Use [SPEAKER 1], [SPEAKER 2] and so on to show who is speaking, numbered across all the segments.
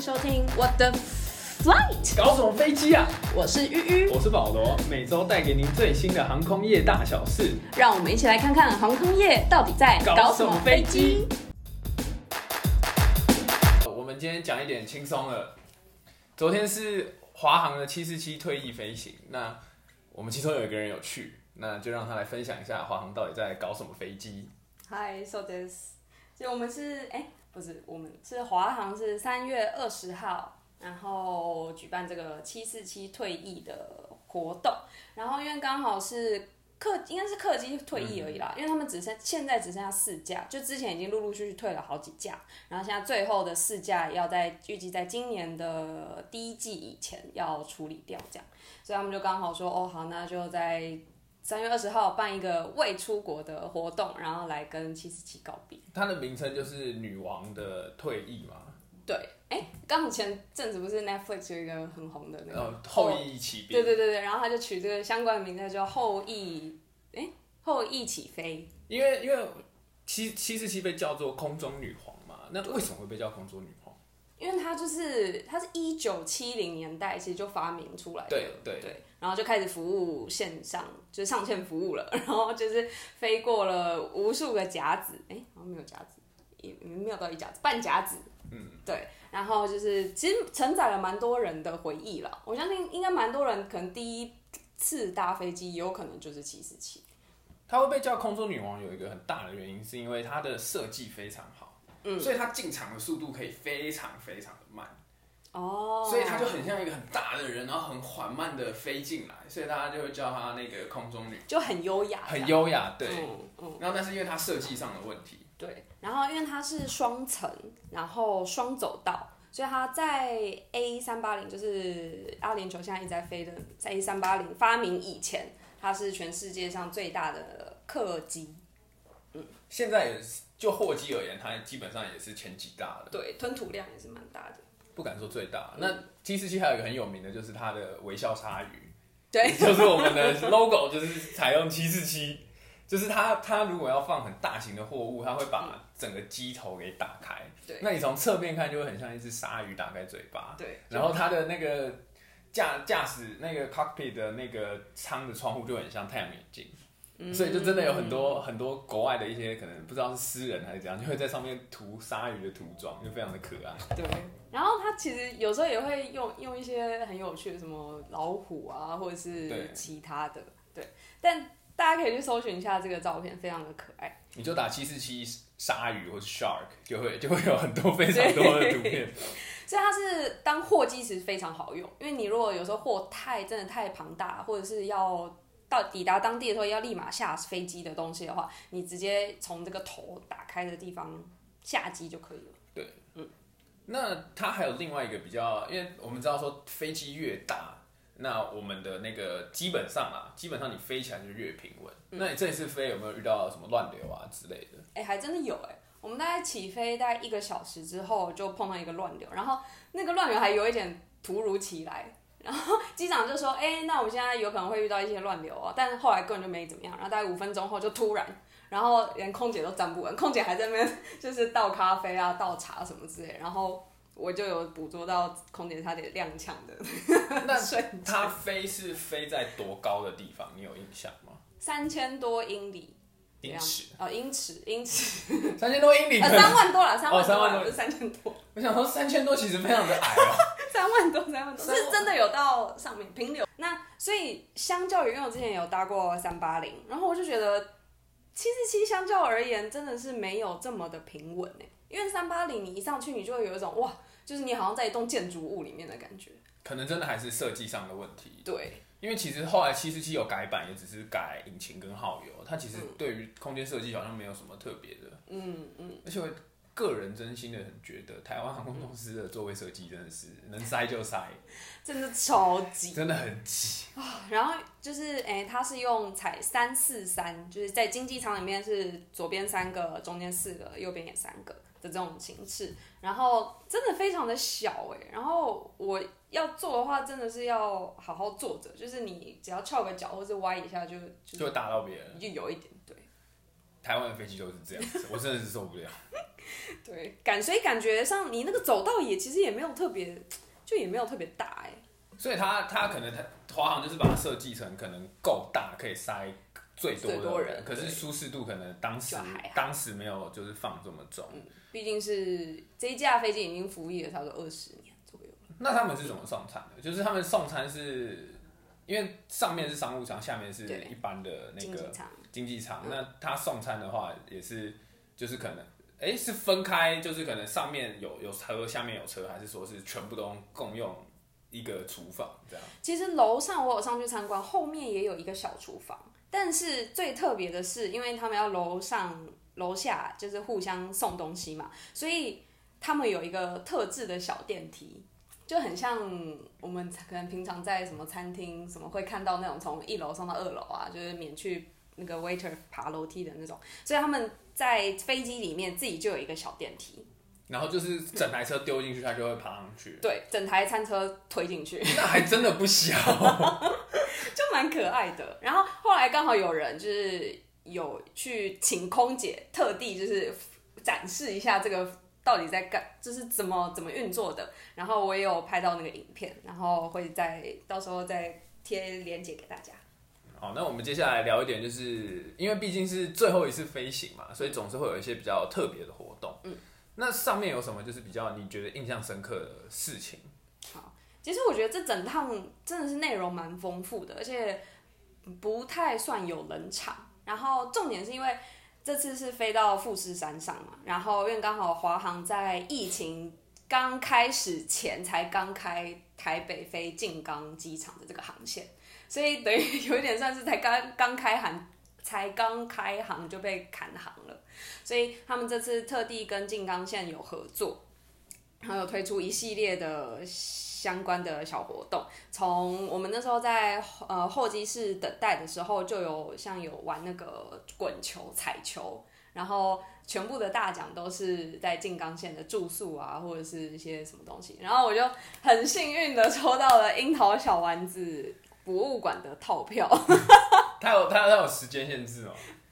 [SPEAKER 1] 收听 What the Flight，
[SPEAKER 2] 搞什么飞机啊？
[SPEAKER 1] 我是玉玉，
[SPEAKER 2] 我是保罗，每周带给您最新的航空业大小事。
[SPEAKER 1] 让我们一起来看看航空业到底在搞
[SPEAKER 2] 搞
[SPEAKER 1] 什
[SPEAKER 2] 什
[SPEAKER 1] 么
[SPEAKER 2] 么
[SPEAKER 1] 飞
[SPEAKER 2] 飞
[SPEAKER 1] 机
[SPEAKER 2] 机。我们今天讲一点轻松的。昨天是华航的七四七退役飞行，那我们其中有一个人有去，那就让他来分享一下华航到底在搞什么飞机。
[SPEAKER 1] Hi, so this，就我们是哎、不是我们是华航是三月二十号，然后举办这个七四七退役的活动，然后因为刚好是。客应该是客机退役而已啦，因为他们只剩现在只剩下四架，就之前已经陆陆续续退了好几架，然后现在最后的四架要在预计在今年的第一季以前要处理掉，这样，所以他们就刚好说哦好，那就在三月二十号办一个未出国的活动，然后来跟七十七告别。
[SPEAKER 2] 它的名称就是女王的退役嘛，
[SPEAKER 1] 对，哎、刚好前阵子不是 Netflix 有一个很红的那
[SPEAKER 2] 然后
[SPEAKER 1] 个
[SPEAKER 2] 呃后羿骑兵
[SPEAKER 1] 对，对对对，然后他就取这个相关的名字叫后羿，哎、后羿起飞，
[SPEAKER 2] 因为因为七七四七被叫做空中女皇嘛，那为什么会被叫空中女皇？
[SPEAKER 1] 因为他就是他是一九七零年代其实就发明出来的，
[SPEAKER 2] 对对
[SPEAKER 1] 对，然后就开始服务线上，就是上线服务了， 然后就是飞过了无数个甲子，哎、好像没有甲子，也没有到一甲子，半甲子，嗯，对，然后就是其实承载了蛮多人的回忆了，我相信应该蛮多人可能第一次搭飞机有可能就是七十七，
[SPEAKER 2] 它会被叫空中女王，有一个很大的原因，是因为它的设计非常好，嗯，所以它进场的速度可以非常非常的慢，
[SPEAKER 1] 哦，
[SPEAKER 2] 所以它就很像一个很大的人，然后很缓慢的飞进来，所以大家就会叫它那个空中女，
[SPEAKER 1] 就很优雅，
[SPEAKER 2] 很，优雅，对。
[SPEAKER 1] 嗯嗯。
[SPEAKER 2] 然后，但是因为它设计上的问题，
[SPEAKER 1] 对，然后因为它是双层，然后双走道，所以它在 A 三八零就是阿联酋现在一直在飞的，在 A 三八零发明以前，它是全世界上最大的客机，
[SPEAKER 2] 现在也是就货机而言，它基本上也是前几大的，
[SPEAKER 1] 对，吞吐量也是蛮大的。
[SPEAKER 2] 不敢说最大。那七四七还有一个很有名的，就是它的微笑鲨鱼，
[SPEAKER 1] 对，
[SPEAKER 2] 就是我们的 logo 就是采用七四七，就是它它如果要放很大型的货物，它会把整个机头给打开。
[SPEAKER 1] 嗯对
[SPEAKER 2] 那你从侧面看就会很像一只鲨鱼打开嘴巴。
[SPEAKER 1] 对
[SPEAKER 2] 然后它的那个驾驾驶那个 cockpit 的那个舱的窗户就很像太阳眼镜。
[SPEAKER 1] 嗯
[SPEAKER 2] 所以就真的有很多、很多国外的一些可能不知道是私人还是怎样，就会在上面涂鲨鱼的涂装，就非常的可爱。
[SPEAKER 1] 对，然后它其实有时候也会用用一些很有趣的什么老虎啊，或者是
[SPEAKER 2] 对
[SPEAKER 1] 其他的，对，但大家可以去搜寻一下这个照片，非常的可爱。
[SPEAKER 2] 你就打七四七鲨鱼或是 shark，就会就会有很多非常多的图片。
[SPEAKER 1] 所以它是当货机其实非常好用，因为你如果有时候货太真的太庞大，或者是要到抵达当地的时候要立马下飞机的东西的话，你直接从这个头打开的地方下机就可以了。
[SPEAKER 2] 那它还有另外一个比较，因为我们知道说飞机越大，那我们的那个基本上啊，基本上你飞起来就越平稳。
[SPEAKER 1] 嗯
[SPEAKER 2] 那你这一次飞有没有遇到什么乱流啊之类 的？
[SPEAKER 1] 哎、还真的有哎、我们大概起飞大概一个小时之后，就碰到一个乱流，然后那个乱流还有一点突如其来。然后机长就说：“哎、那我们现在有可能会遇到一些乱流哦。”但是后来根本就没怎么样。然后大概五分钟后就突然，然后连空姐都站不稳，空姐还在那边 就是倒咖啡啊、倒茶什么之类。然后我就有捕捉到空姐差点踉跄的
[SPEAKER 2] 那
[SPEAKER 1] 瞬间。
[SPEAKER 2] 它飞是飞在多高的地方？你有印象吗？
[SPEAKER 1] 三千多英里，这
[SPEAKER 2] 英
[SPEAKER 1] 样
[SPEAKER 2] 尺，
[SPEAKER 1] 哦，英尺，英尺，
[SPEAKER 2] 三千多英里
[SPEAKER 1] 呃，
[SPEAKER 2] 可能。
[SPEAKER 1] 三万多啦，三万
[SPEAKER 2] 哦三
[SPEAKER 1] 多
[SPEAKER 2] 万
[SPEAKER 1] 啦，
[SPEAKER 2] 多
[SPEAKER 1] 不是三千多。
[SPEAKER 2] 我想说三千多其实非常的矮哦、
[SPEAKER 1] 三万多，三万多，
[SPEAKER 2] 三万
[SPEAKER 1] 是真的有到上面平流。那所以相较于，因为我之前有搭过三八零，然后我就觉得七四七相较而言真的是没有这么的平稳呢、欸因为三八零你一上去，你就会有一种哇，就是你好像在一栋建筑物里面的感觉。
[SPEAKER 2] 可能真的还是设计上的问题。
[SPEAKER 1] 对，
[SPEAKER 2] 因为其实后来七四七有改版，也只是改引擎跟耗油，它其实对于空间设计好像没有什么特别的。
[SPEAKER 1] 嗯嗯，
[SPEAKER 2] 而且我个人真心的很觉得，台湾航空公司的座位设计真的是能塞就塞，
[SPEAKER 1] 真的超级
[SPEAKER 2] 真的很挤。
[SPEAKER 1] 然后就是，诶，它是用踩三四三，就是在经济舱里面是左边三个，中间四个，右边也三个的这种形式。然后真的非常的小诶，然后我要坐的话，真的是要好好坐着，就是你只要翘个脚或是歪一下就就
[SPEAKER 2] 就会打到别人。
[SPEAKER 1] 就有一点对。
[SPEAKER 2] 台湾的飞机都是这样子，我真的是受不了。
[SPEAKER 1] 对，感所以感觉上你那个走道也其实也没有特别，就也没有特别大哎、
[SPEAKER 2] 所以 它它可能它华航就是把它设计成可能够大，可以塞最多的
[SPEAKER 1] 最多人
[SPEAKER 2] 可是
[SPEAKER 1] 对
[SPEAKER 2] 舒适度可能当时
[SPEAKER 1] 就还好嗯
[SPEAKER 2] 当时没有就是放这么重。
[SPEAKER 1] 毕竟是这一架飞机已经服役了差不多二十年左右。
[SPEAKER 2] 那他们是怎么送餐的？就是他们送餐是因为上面是商务舱，下面是
[SPEAKER 1] 对
[SPEAKER 2] 一般的那
[SPEAKER 1] 经
[SPEAKER 2] 个
[SPEAKER 1] 济舱
[SPEAKER 2] 经济舱。那他送餐的话也是就是可能。哎、是分开，就是可能上面有有车，下面有车，还是说是全部都共用一个厨房这样？
[SPEAKER 1] 其实楼上我有上去参观，后面也有一个小厨房，但是最特别的是，因为他们要楼上楼下就是互相送东西嘛，所以他们有一个特制的小电梯。就很像我们可能平常在什么餐厅什么会看到那种从一楼送到二楼啊，就是免去那个 waiter 爬楼梯的那种，所以他们在飞机里面自己就有一个小电梯，
[SPEAKER 2] 然后就是整台车丢进去，它就会爬上去。
[SPEAKER 1] 对，整台餐车推进去，
[SPEAKER 2] 那还真的不小。
[SPEAKER 1] 就蛮可爱的。然后后来刚好有人就是有去请空姐，特地就是展示一下这个到底在干，就是怎么怎么运作的。然后我也有拍到那个影片，然后会在到时候再贴链接给大家。
[SPEAKER 2] 好，那我们接下来聊一点，就是因为毕竟是最后一次飞行嘛，所以总是会有一些比较特别的活动。嗯，那上面有什么就是比较你觉得印象深刻的事情？
[SPEAKER 1] 其实我觉得这整趟真的是内容蛮丰富的，而且不太算有冷场。然后重点是因为这次是飞到富士山上嘛，然后因为刚好华航在疫情刚开始前才刚开台北飞静冈机场的这个航线，所以等于有一点算是才刚刚开航，才刚开航就被砍航了。所以他们这次特地跟静冈县有合作，然后有推出一系列的相关的小活动。从我们那时候在呃候机室等待的时候，就有像有玩那个滚球、彩球，然后全部的大奖都是在静冈县的住宿啊，或者是一些什么东西。然后我就很幸运的抽到了樱桃小丸子 博物馆的套票，
[SPEAKER 2] 它有它它有时间限制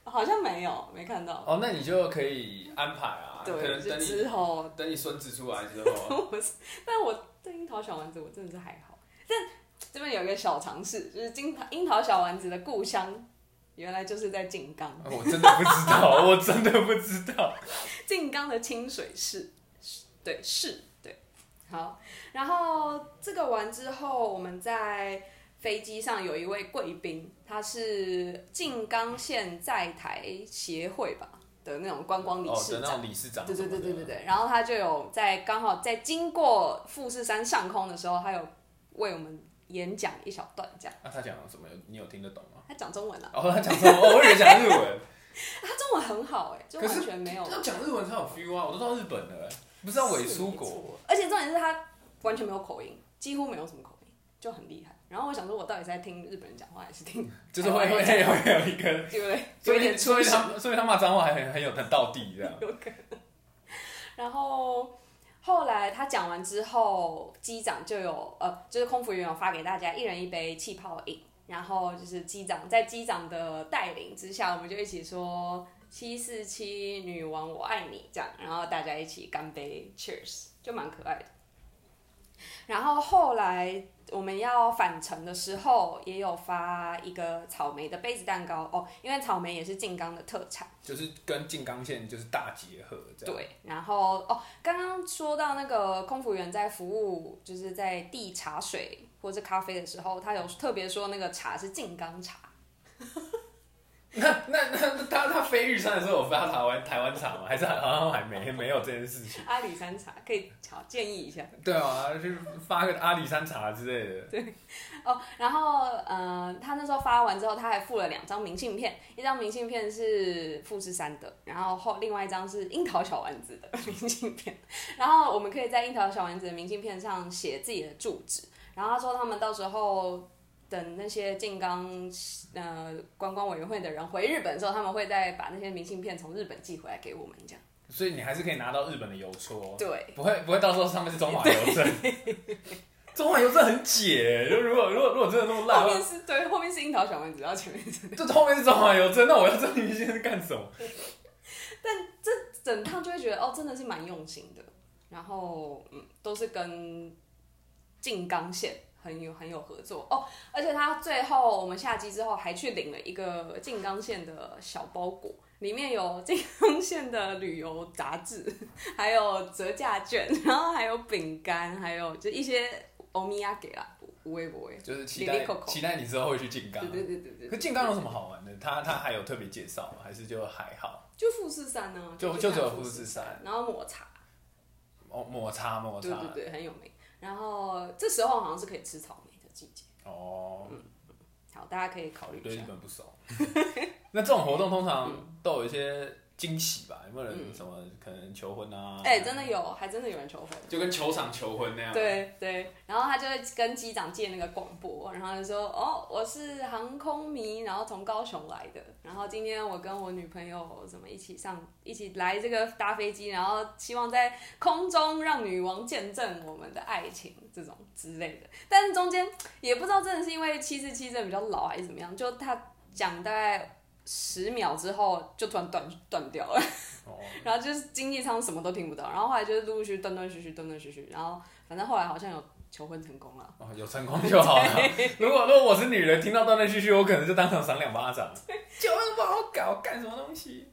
[SPEAKER 2] 哦、
[SPEAKER 1] 好像没有，没看到。
[SPEAKER 2] 哦，那你就可以安排啊，可
[SPEAKER 1] 对，
[SPEAKER 2] 能
[SPEAKER 1] 就
[SPEAKER 2] 等你
[SPEAKER 1] 之后
[SPEAKER 2] 等你孙子出来之后， 啊
[SPEAKER 1] 我是，但我对樱桃小丸子我真的是还好。但这边有一个小常识，就是樱桃樱桃小丸子的故乡原来就是在静冈，
[SPEAKER 2] 哦我真的不知道，我真的不知道。
[SPEAKER 1] 静冈的清水市，对市对。好，然后这个完之后，我们在飞机上有一位贵宾，他是静冈县在台协会吧的那种观光理
[SPEAKER 2] 哦，
[SPEAKER 1] 事
[SPEAKER 2] 等
[SPEAKER 1] 长
[SPEAKER 2] 到。理事长
[SPEAKER 1] 对
[SPEAKER 2] 什
[SPEAKER 1] 对
[SPEAKER 2] 么的，
[SPEAKER 1] 对对对对。然后他就有在刚好在经过富士山上空的时候，他有为我们演讲一小段这样。
[SPEAKER 2] 那、他讲什么？你有听得懂吗？
[SPEAKER 1] 他讲中文啊，
[SPEAKER 2] 哦，他讲什么？哦我以为讲日文。
[SPEAKER 1] 他中文很好哎、就
[SPEAKER 2] 可是
[SPEAKER 1] 完全没有，
[SPEAKER 2] 要讲日文才有 feel 啊！我都到日本了、不是要伪出
[SPEAKER 1] 是没
[SPEAKER 2] 国。
[SPEAKER 1] 错而且重点是他完全没有口音，几乎没有什么口音，就很厉害。然后我想说，我到底是在听日本人讲话，还是听
[SPEAKER 2] 就是会会会会有一个，
[SPEAKER 1] 对不对？
[SPEAKER 2] 所
[SPEAKER 1] 有一
[SPEAKER 2] 以
[SPEAKER 1] 点
[SPEAKER 2] 所
[SPEAKER 1] 出
[SPEAKER 2] 以
[SPEAKER 1] 神。
[SPEAKER 2] 他所以他骂脏话还很很有他道地这样。
[SPEAKER 1] 然后后来他讲完之后，机长就有呃，就是空服员有发给大家一人一杯气泡饮，然后就是机长在机长的带领之下，我们就一起说“七四七女王我爱你”这样，然后大家一起干杯，Cheers，就蛮可爱的。然后后来我们要返程的时候，也有发一个草莓的杯子蛋糕哦，因为草莓也是静冈的特产。
[SPEAKER 2] 就是跟静冈县就是大结合这样。
[SPEAKER 1] 对，然后哦，刚刚说到那个空服员在服务，就是在递茶水或是咖啡的时候，他有特别说那个茶是静冈茶，
[SPEAKER 2] 那那那他他飞玉山的时候有发台湾台湾茶吗？还是好像还没没有这件事情？
[SPEAKER 1] 阿里山茶，可以好建议一下
[SPEAKER 2] 对啊，就是发个阿里山茶之类的。
[SPEAKER 1] 哦。然后呃，他那时候发完之后，他还附了两张明信片，一张明信片是富士山的，然后后另外一张是樱桃小丸子的明信片，然后我们可以在樱桃小丸子的明信片上写自己的住址。然后他说他们到时候等那些静冈呃观光委员会的人回日本的时候，他们会再把那些明信片从日本寄回来给我们，这样。
[SPEAKER 2] 所以你还是可以拿到日本的邮戳，
[SPEAKER 1] 对，
[SPEAKER 2] 不会不会到时候上面是中华邮政。 中华邮政很解，就如果如果如果真的那么烂，
[SPEAKER 1] 后面是对，后面是樱桃小丸子，然后前面是
[SPEAKER 2] 这后面是中华邮政，那我要这明星是干什么？
[SPEAKER 1] 整趟就会觉得哦，真的是蛮用心的。然后嗯，都是跟静冈县很有很有合作哦，而且他最后我们下机之后还去领了一个静冈县的小包裹，里面有静冈县的旅游杂志，还有折价券，然后还有饼干，还有就一些欧米亚给啦，无微不微。
[SPEAKER 2] 就是期待
[SPEAKER 1] Lilicoco
[SPEAKER 2] 期待你之后会去静冈
[SPEAKER 1] 对。对对对对，
[SPEAKER 2] 可静冈有什么好玩的？他他还有特别介绍吗？还是就还好？
[SPEAKER 1] 就富士山呢、
[SPEAKER 2] 就
[SPEAKER 1] 去
[SPEAKER 2] 就
[SPEAKER 1] 看
[SPEAKER 2] 只有
[SPEAKER 1] 富
[SPEAKER 2] 富士山，
[SPEAKER 1] 然后抹茶，
[SPEAKER 2] 哦，抹茶抹
[SPEAKER 1] 对
[SPEAKER 2] 茶
[SPEAKER 1] 对，对，很有名。然后这时候好像是可以吃草莓的季节，
[SPEAKER 2] 哦，
[SPEAKER 1] 嗯好，大家可以考虑
[SPEAKER 2] 我
[SPEAKER 1] 一
[SPEAKER 2] 对
[SPEAKER 1] 下
[SPEAKER 2] 日。本不熟。 那这种活动通常
[SPEAKER 1] 嗯
[SPEAKER 2] 都有一些惊喜吧？有没有人什么可能求婚啊？
[SPEAKER 1] 哎、真的有，还真的有人求婚。
[SPEAKER 2] 就跟球场求婚那样。，啊
[SPEAKER 1] 对对，然后他就会跟机长借那个广播，然后就说：“哦，我是航空迷，然后从高雄来的，然后今天我跟我女朋友什么一起上，一起来这个搭飞机，然后希望在空中让女王见证我们的爱情这种之类的。”但是中间也不知道真的是因为七四七真的比较老还是怎么样，就他讲大概十秒之后就突然断断掉了。
[SPEAKER 2] 哦，
[SPEAKER 1] 然后就是经济舱什么都听不到，然后后来就是陆陆续续断断续续断断续续，然后反正后来好像有求婚成功了。
[SPEAKER 2] 哦有成功就 好了。如果如果我是女人，听到断断续续，我可能就当场赏两巴 掌。求婚不好搞，干什么东西？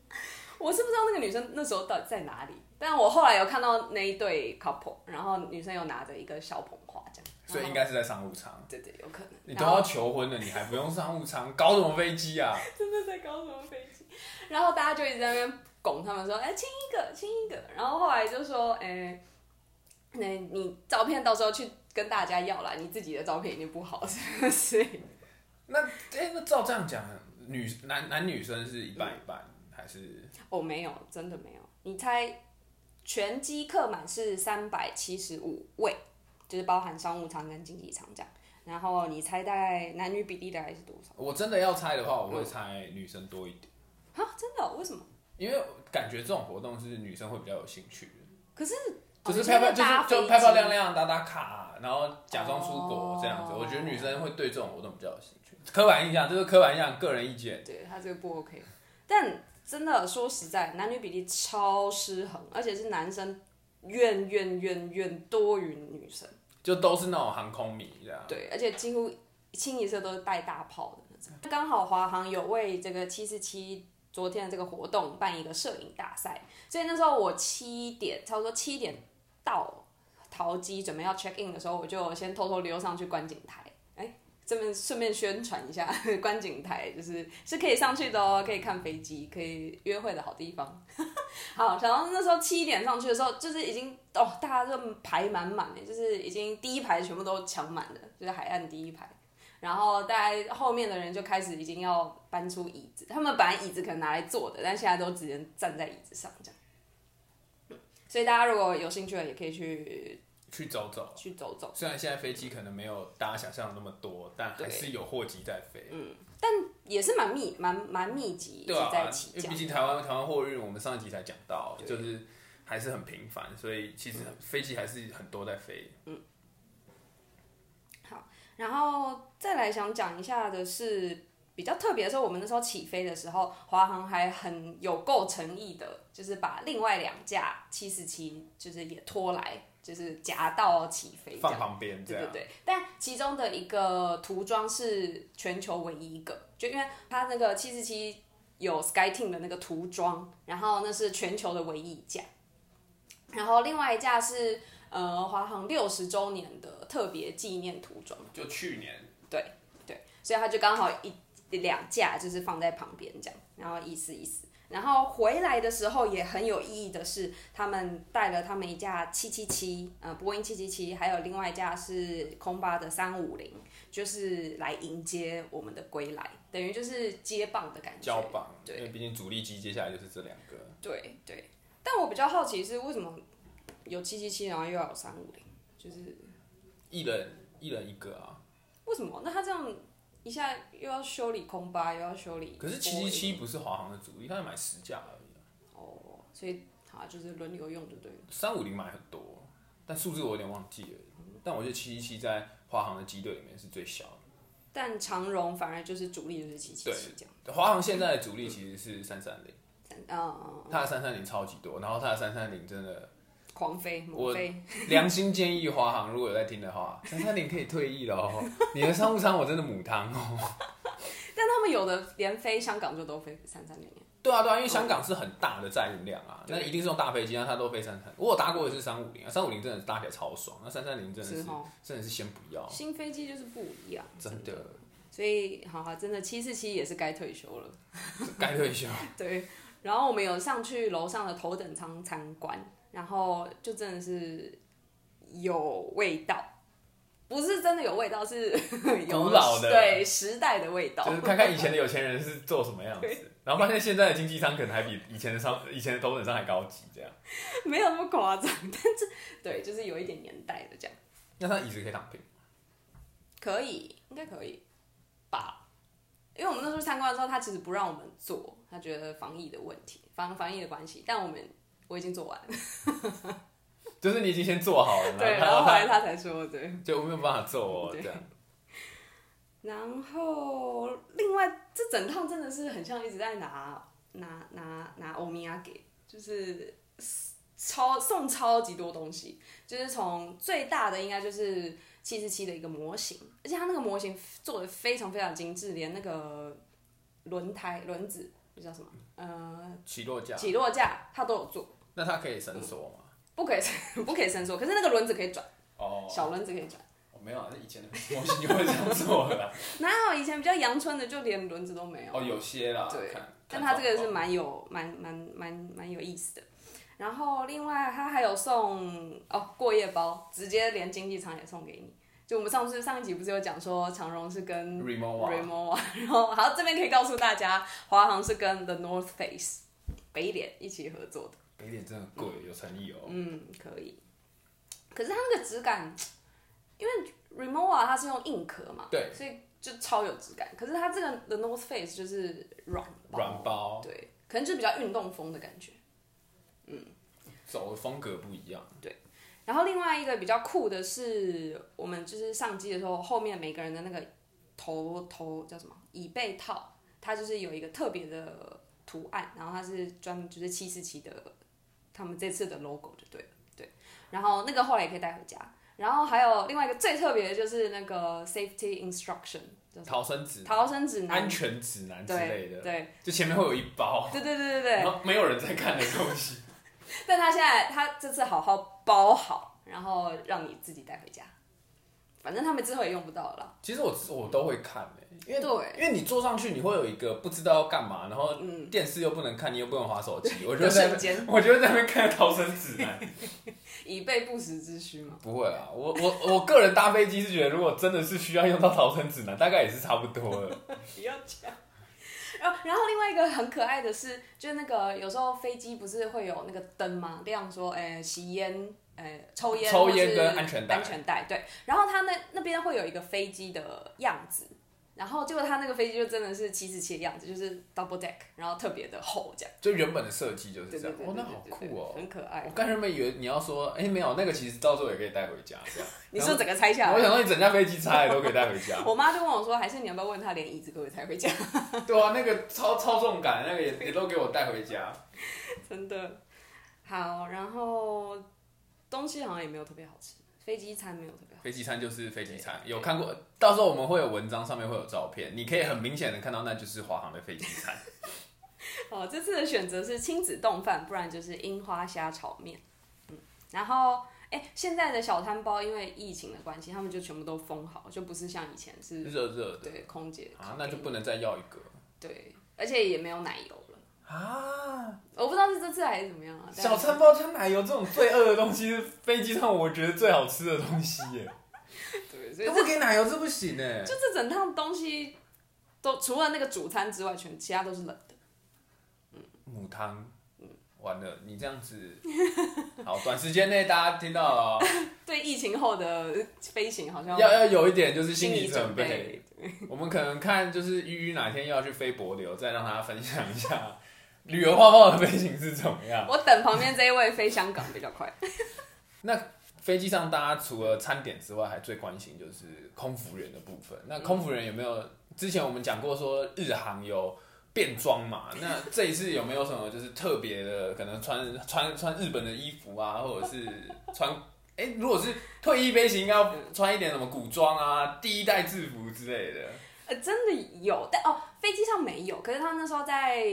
[SPEAKER 1] 我是不知道那个女生那时候到底在哪里，但我后来有看到那一对 couple，然后女生有拿着一个小捧花这样，
[SPEAKER 2] 所以应
[SPEAKER 1] 该
[SPEAKER 2] 该是在商务舱。
[SPEAKER 1] 对对有可能。
[SPEAKER 2] 你都
[SPEAKER 1] 然后
[SPEAKER 2] 要求婚了，你还不用商务舱，搞什么飞机啊？
[SPEAKER 1] 真的在高雄飞机，然后大家就一直在那边拱他们说，哎、亲一个，亲一个，然后后来就说，哎、那你照片到时候去跟大家要啦，你自己的照片已经不 好，是不是？
[SPEAKER 2] 那哎、那照这样讲，女男男女生是一半一半，还是
[SPEAKER 1] 哦，没有，真的没有。你猜全机客满是三百七十五位，就是包含商务舱跟经济舱这样。然后你猜大概男女比例大概是多少？
[SPEAKER 2] 我真的要猜的话，我会猜女生多一点，
[SPEAKER 1] 啊，真的哦、为什么？
[SPEAKER 2] 因为感觉这种活动是女生会比较有兴趣的，
[SPEAKER 1] 可是哦
[SPEAKER 2] 就是
[SPEAKER 1] 你
[SPEAKER 2] 漂
[SPEAKER 1] 说那
[SPEAKER 2] 漂就
[SPEAKER 1] 搭
[SPEAKER 2] 是就
[SPEAKER 1] 飞
[SPEAKER 2] 漂漂
[SPEAKER 1] 机
[SPEAKER 2] 亮亮打打卡，然后假装出国这样子。
[SPEAKER 1] 哦
[SPEAKER 2] 我觉得女生会对这种活动比较有兴趣。刻板印象，这是刻板印象，个人意见。
[SPEAKER 1] 对他这个不 OK。但真的说实在，男女比例超失衡，而且是男生远远远远多于女生。
[SPEAKER 2] 就都是那种航空迷这样，
[SPEAKER 1] 对，而且几乎清一色都是带大炮的那种。刚好华航有为这个七四七昨天的这个活动办一个摄影大赛，所以那时候我七点差不多七点到桃机准备要 check in 的时候，我就先偷偷溜上去观景台。哎，这边顺便宣传一下 观景台，就是是可以上去的哦，可以看飞机，可以约会的好地方。好，然后那时候七点上去的时候，就是已经哦，大家就排满满的，欸就是已经第一排全部都抢满了，就是海岸第一排。然后大家后面的人就开始已经要搬出椅子，他们本来椅子可能拿来坐的，但现在都只能站在椅子上这样。所以大家如果有兴趣的，也可以去
[SPEAKER 2] 去走走。
[SPEAKER 1] 去走走。
[SPEAKER 2] 虽然现在飞机可能没有大家想象的那么多，但还是有货机在飞。
[SPEAKER 1] 也是蛮密蛮蛮密集，嗯一直
[SPEAKER 2] 对啊
[SPEAKER 1] 在起，
[SPEAKER 2] 因为
[SPEAKER 1] 降
[SPEAKER 2] 毕。竟台湾台湾货运，我们上一集才讲到，就是还是很频繁，所以其实飞机还是很多在飞。
[SPEAKER 1] 然后再来想讲一下的是比较特别的时候，我们那时候起飞的时候，华航还很有够诚意的，就是把另外两架七四七就是也拖来，就是夹道起飞这
[SPEAKER 2] 放
[SPEAKER 1] 样。
[SPEAKER 2] 旁边啊这
[SPEAKER 1] 对
[SPEAKER 2] 样
[SPEAKER 1] 对。对，但其中的一个涂装是全球唯一一个，就因为它那个七四七有 SkyTeam 的那个涂装，然后那是全球的唯一一架，然后另外一架是呃华航六十周年的特别纪念涂装。
[SPEAKER 2] 就去年，
[SPEAKER 1] 对，所以他就刚好一一两架就是放在旁边这样，然后意思意思。然后回来的时候也很有意义的是，他们带了他们一架七七七，呃，波音七七七，还有另外一架是空巴的三五零，就是来迎接我们的归来，等于就是接棒的感觉。
[SPEAKER 2] 交棒，
[SPEAKER 1] 对
[SPEAKER 2] 因为毕竟主力机接下来就是这两个。
[SPEAKER 1] 对对，但我比较好奇是为什么有七七七，然后又要有三五零，就是
[SPEAKER 2] 一人一人一个啊。
[SPEAKER 1] 为什么？那他这样一下又要修理空巴，又要修理
[SPEAKER 2] 可是七
[SPEAKER 1] 波
[SPEAKER 2] 七
[SPEAKER 1] 音
[SPEAKER 2] 七不是华航的主力，他要买十架而已啊、
[SPEAKER 1] 哦，所以啊，就是轮流用就对了。
[SPEAKER 2] 三五零买很多，但数字我有点忘记了。但我觉得七七七在华航的机队里面是最小
[SPEAKER 1] 但长荣反而就是主力就是七七
[SPEAKER 2] 对
[SPEAKER 1] 七这样，
[SPEAKER 2] 的。华航现在的主力其实是三三零，
[SPEAKER 1] 嗯，
[SPEAKER 2] 它的三三零超级多，然后它的三三零真的
[SPEAKER 1] 狂飞猛
[SPEAKER 2] 我
[SPEAKER 1] 飞，
[SPEAKER 2] 良心建议华航如果有在听的 话，三三零可以退役了哦。你的商务舱我真的母汤哦。
[SPEAKER 1] 但他们有的连飞香港就都飞三三零，
[SPEAKER 2] 对啊对啊，因为香港是很大的载运量啊，
[SPEAKER 1] 对
[SPEAKER 2] 那一定是用大飞机啊，它都飞三三。我有搭过一次三五零啊，三五零真的是搭起来超爽，那三三零真的
[SPEAKER 1] 是
[SPEAKER 2] 是
[SPEAKER 1] 哦
[SPEAKER 2] 真的是先不要，
[SPEAKER 1] 新飞机就是不一样，
[SPEAKER 2] 真的
[SPEAKER 1] 所以好好，真的七四七也是该退休了。
[SPEAKER 2] 该退休。
[SPEAKER 1] 对，然后我们有上去楼上的头等舱参观，然后就真的是有味道，不是真的有味道，是 有
[SPEAKER 2] 古老的
[SPEAKER 1] 对时代的味道
[SPEAKER 2] 就。是看看以前的有钱人是做什么样子，然后发现现在的经济舱可能还比以前的商、以前的头等舱还高级这样。
[SPEAKER 1] 没有那么夸张，但是对，就是有一点年代的这样，
[SPEAKER 2] 那它椅子可以躺平，
[SPEAKER 1] 可以，应该可以吧？因为我们那时候参观的时候，他其实不让我们做，他觉得防疫的问题，防防疫的关系，但我们我已经做完了，
[SPEAKER 2] 就是你已经先做好了，
[SPEAKER 1] 对，
[SPEAKER 2] 它
[SPEAKER 1] 然后后来他才说，对，
[SPEAKER 2] 它就没有办法做哦，
[SPEAKER 1] 对
[SPEAKER 2] 这样。
[SPEAKER 1] 然后另外这整趟真的是很像一直在拿拿拿拿欧米亚给，就是超送超级多东西，就是从最大的应该就是七十七的一个模型，而且它那个模型做的非常非常精致，连那个轮胎轮子那叫什么呃
[SPEAKER 2] 起落架，
[SPEAKER 1] 起落架它都有做，
[SPEAKER 2] 那它可以伸缩吗？
[SPEAKER 1] 不可以不可以伸缩，可是那个轮子可以转，
[SPEAKER 2] 哦，
[SPEAKER 1] 小轮子可以转。
[SPEAKER 2] 哦没有啊，那以前的模型就会这样做了 啦。
[SPEAKER 1] 哪有以前比较阳春的就连轮子都没有。
[SPEAKER 2] 哦，有些啦，
[SPEAKER 1] 对
[SPEAKER 2] 看
[SPEAKER 1] 但它这个是
[SPEAKER 2] 看状况
[SPEAKER 1] 蛮有蛮蛮蛮蛮有意思的。然后另外它还有送哦过夜包，直接连经济舱也送给你。就我们上次上一集不是有讲说长荣是跟
[SPEAKER 2] Remova，
[SPEAKER 1] Remo，然后好这边可以告诉大家，华航是跟 The North Face 北脸一起合作的。
[SPEAKER 2] 北点真的贵，有诚意哦。
[SPEAKER 1] 嗯，可以。可是它那个质感，因为 Remova 它是用硬壳嘛，
[SPEAKER 2] 对，
[SPEAKER 1] 所以就超有质感。可是它这个 The North Face 就是软包
[SPEAKER 2] 软包
[SPEAKER 1] 对，可能就是比较运动风的感觉。
[SPEAKER 2] 走的风格不一样，
[SPEAKER 1] 然后另外一个比较酷的是，我们就是上机的时候，后面每个人的那个头头叫什么椅背套，它就是有一个特别的图案，然后它是专门就是七四七的他们这次的 logo 就对了，对。然后那个后来也可以带回家。然后还有另外一个最特别的就是那个 safety instruction，叫什
[SPEAKER 2] 逃生
[SPEAKER 1] 么
[SPEAKER 2] 指
[SPEAKER 1] 逃生指南
[SPEAKER 2] 安，全指南之类
[SPEAKER 1] 对
[SPEAKER 2] 的，哦
[SPEAKER 1] 对
[SPEAKER 2] 就前面会有一包，
[SPEAKER 1] 对对对对对
[SPEAKER 2] 然。后没有人在看的东 西。
[SPEAKER 1] 但他现在他这次好好包好，然后让你自己带回家。反正他们之后也用不到了啦。
[SPEAKER 2] 其实我我都会看欸因为
[SPEAKER 1] 对
[SPEAKER 2] 因为你坐上去你会有一个不知道要干嘛，然后
[SPEAKER 1] 嗯
[SPEAKER 2] 电视又不能看，你又不能划手 机，我就会在那
[SPEAKER 1] 瞬间
[SPEAKER 2] 边， 我就会在那边看逃生指 南。
[SPEAKER 1] 以备不时之需嘛。
[SPEAKER 2] 不会啊，我我我个人搭飞机是觉得，如果真的是需要用到逃生指南，大概也是差不多了。
[SPEAKER 1] 不要讲。 然后，然后另外一个很可爱的是，就是那个有时候飞机不是会有那个灯吗？亮说，哎、吸烟，哎、抽烟，
[SPEAKER 2] 抽烟
[SPEAKER 1] 或是
[SPEAKER 2] 跟安全带
[SPEAKER 1] 安全带，对。然后他那那边会有一个飞机的样子，然后结果他那个飞机就真的是七十七的样子，就是 double deck，然后特别的厚这样。
[SPEAKER 2] 就原本的设计就是
[SPEAKER 1] 对对
[SPEAKER 2] 这样，
[SPEAKER 1] 对
[SPEAKER 2] 哦，那
[SPEAKER 1] 对
[SPEAKER 2] 好
[SPEAKER 1] 对对
[SPEAKER 2] 酷哦！
[SPEAKER 1] 很可爱
[SPEAKER 2] 我。刚原本以为你要说，哎、没有，那个其实到时候也可以带回家，这样。
[SPEAKER 1] 你说整个拆下
[SPEAKER 2] 然
[SPEAKER 1] 来，。
[SPEAKER 2] 后我想说，你整架飞机拆了都可以带回家
[SPEAKER 1] 我妈就问我说，还是你要不要问她连椅子可不可以抬回家？
[SPEAKER 2] 对啊，那个超超重感，那个也也都给我带回家。
[SPEAKER 1] 真的好，然后东西好像也没有特别好吃，飞机餐没有特别好
[SPEAKER 2] 飞机餐就是飞机餐，有看过，到时候我们会有文章，上面会有照片，你可以很明显的看到，那就是华航的飞机餐。
[SPEAKER 1] 吃。哦，这次的选择是亲子冻饭，不然就是樱花虾炒面。嗯，然后哎，现在的小摊包因为疫情的关系，他们就全部都封好，就不是像以前是
[SPEAKER 2] 热热的
[SPEAKER 1] 对空姐
[SPEAKER 2] 嗯啊，那就不能再要一个
[SPEAKER 1] 对，而且也没有奶油了。
[SPEAKER 2] 啊！
[SPEAKER 1] 我不知道是这次还是怎么样啊。但
[SPEAKER 2] 小餐包加奶油这种罪恶的东西，是飞机上我觉得最好吃的东西耶。
[SPEAKER 1] 对，所以
[SPEAKER 2] 他不给奶油这不行哎。
[SPEAKER 1] 就这整趟东西都除了那个主餐之外，全其他都是冷的。
[SPEAKER 2] 母汤，完了，你这样子， 好，短时间内大家听到了哦、
[SPEAKER 1] 对疫情后的飞行好像
[SPEAKER 2] 要要有一点就是心
[SPEAKER 1] 心
[SPEAKER 2] 理
[SPEAKER 1] 理
[SPEAKER 2] 准
[SPEAKER 1] 准
[SPEAKER 2] 备。
[SPEAKER 1] 备。
[SPEAKER 2] 我们可能看就是鱼鱼哪天要去飞博流，再让他分享一下 旅游泡泡的飞行是怎么样。
[SPEAKER 1] 我等旁边这一位飞香港比较快。
[SPEAKER 2] 那飞机上大家除了餐点之外，还最关心就是空服员的部分。那空服员有没有？之前我们讲过说，日航有变装 嘛。那这一次有没有什么就是特别的，可能穿穿穿日本的衣服啊，或者是穿哎、如果是退役飞行，应该要穿一点什么古装啊、第一代制服之类的。
[SPEAKER 1] 呃，真的有，但哦，飞机上没有。可是他们那时候在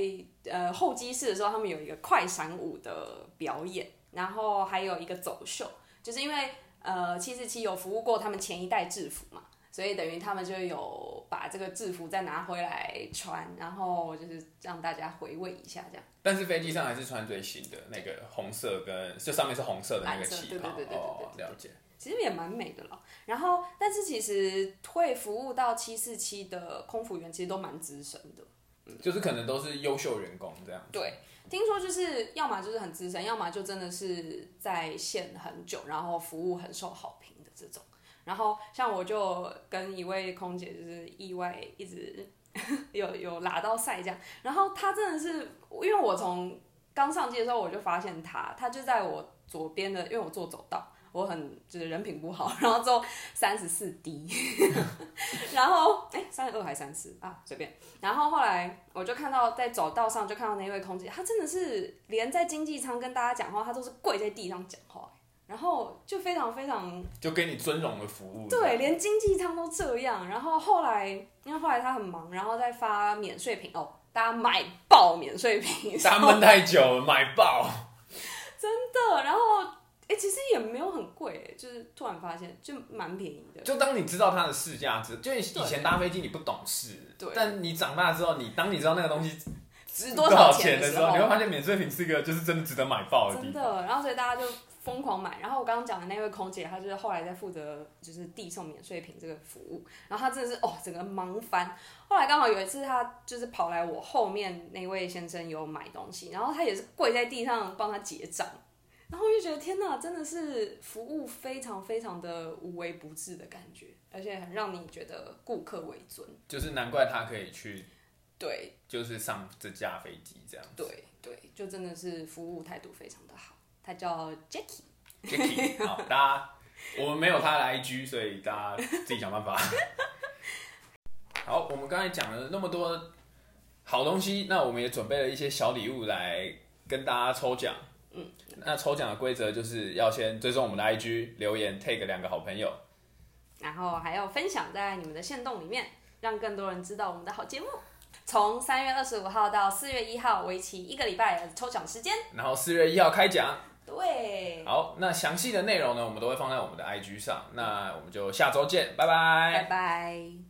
[SPEAKER 1] 呃候机室的时候，他们有一个快闪舞的表演，然后还有一个走秀，就是因为呃七四七有服务过他们前一代制服嘛，所以等于他们就有把这个制服再拿回来穿，然后就是让大家回味一下这样。
[SPEAKER 2] 但是飞机上还是穿最新的那个红色跟，就上面是红色的那个
[SPEAKER 1] 蓝色
[SPEAKER 2] 旗
[SPEAKER 1] 对
[SPEAKER 2] 袍
[SPEAKER 1] 对对对对
[SPEAKER 2] 哦，
[SPEAKER 1] 对
[SPEAKER 2] 了解。
[SPEAKER 1] 其实也蛮美的啦。然后，但是其实会服务到七四七的空服员其实都蛮资深的。
[SPEAKER 2] 就是可能都是优秀员工这样。
[SPEAKER 1] 嗯对，听说就是要么就是很资深，要么就真的是在线很久，然后服务很受好评的这种。然后像我就跟一位空姐就是意外一直 有有拉到赛这样，然后她真的是因为我从刚上机的时候我就发现她，她就在我左边的，因为我坐走道。我很就是人品不好，然后之后三十四 D，然后哎三十二还三四啊随便。然后后来我就看到在走道上就看到那位空姐，她真的是连在经济舱跟大家讲话，她都是跪在地上讲话，然后就非常非常
[SPEAKER 2] 就给你尊荣的服务。
[SPEAKER 1] 对，，连经济舱都这样。然后后来因为后来她很忙，然后再发免税品哦，大家买爆免税品，
[SPEAKER 2] 大家闷太久了，买爆。
[SPEAKER 1] 真的。然后哎、其实也没有很贵，就是突然发现就蛮便宜的。
[SPEAKER 2] 就当你知道它的市价值，就以
[SPEAKER 1] 对
[SPEAKER 2] 前搭飞机你不懂事，
[SPEAKER 1] 对
[SPEAKER 2] 但你长大之后，你当你知道那个东西
[SPEAKER 1] 值
[SPEAKER 2] 多
[SPEAKER 1] 多少钱
[SPEAKER 2] 钱的
[SPEAKER 1] 的
[SPEAKER 2] 时
[SPEAKER 1] 时
[SPEAKER 2] 候，
[SPEAKER 1] 候
[SPEAKER 2] 你会发现免税品是一个就是真的值得买爆的
[SPEAKER 1] 真
[SPEAKER 2] 地方。
[SPEAKER 1] 的，然后所以大家就疯狂买。然后我刚刚讲的那位空姐，她就是后来在负责就是递送免税品这个服务，然后她真的是哦，整个忙翻。后来刚好有一次，她就是跑来我后面那位先生有买东西，然后她也是跪在地上帮他结账。然后我就觉得天哪，真的是服务非常非常的无微不至的感觉，而且很让你觉得顾客为尊。
[SPEAKER 2] 就是难怪他可以去，
[SPEAKER 1] 对
[SPEAKER 2] 就是上这架飞机这样。
[SPEAKER 1] 对对，就真的是服务态度非常的好。她叫 Jacky，
[SPEAKER 2] Jacky，好，大家我们没有他的 IG，所以大家自己想办法。好，我们刚才讲了那么多好东西，那我们也准备了一些小礼物来跟大家抽奖。嗯，那抽奖的规则就是要先追踪我们的 IG，留言 tag 两个好朋友。
[SPEAKER 1] 然后还要分享在你们的线动里面，让更多人知道我们的好节目。从三月二十五号到四月一号，为期一个礼拜的抽奖时间。
[SPEAKER 2] 然后四月一号开奖。
[SPEAKER 1] 对，
[SPEAKER 2] 好，那详细的内容呢，我们都会放在我们的 IG 上。那我们就下周见，拜
[SPEAKER 1] 拜拜。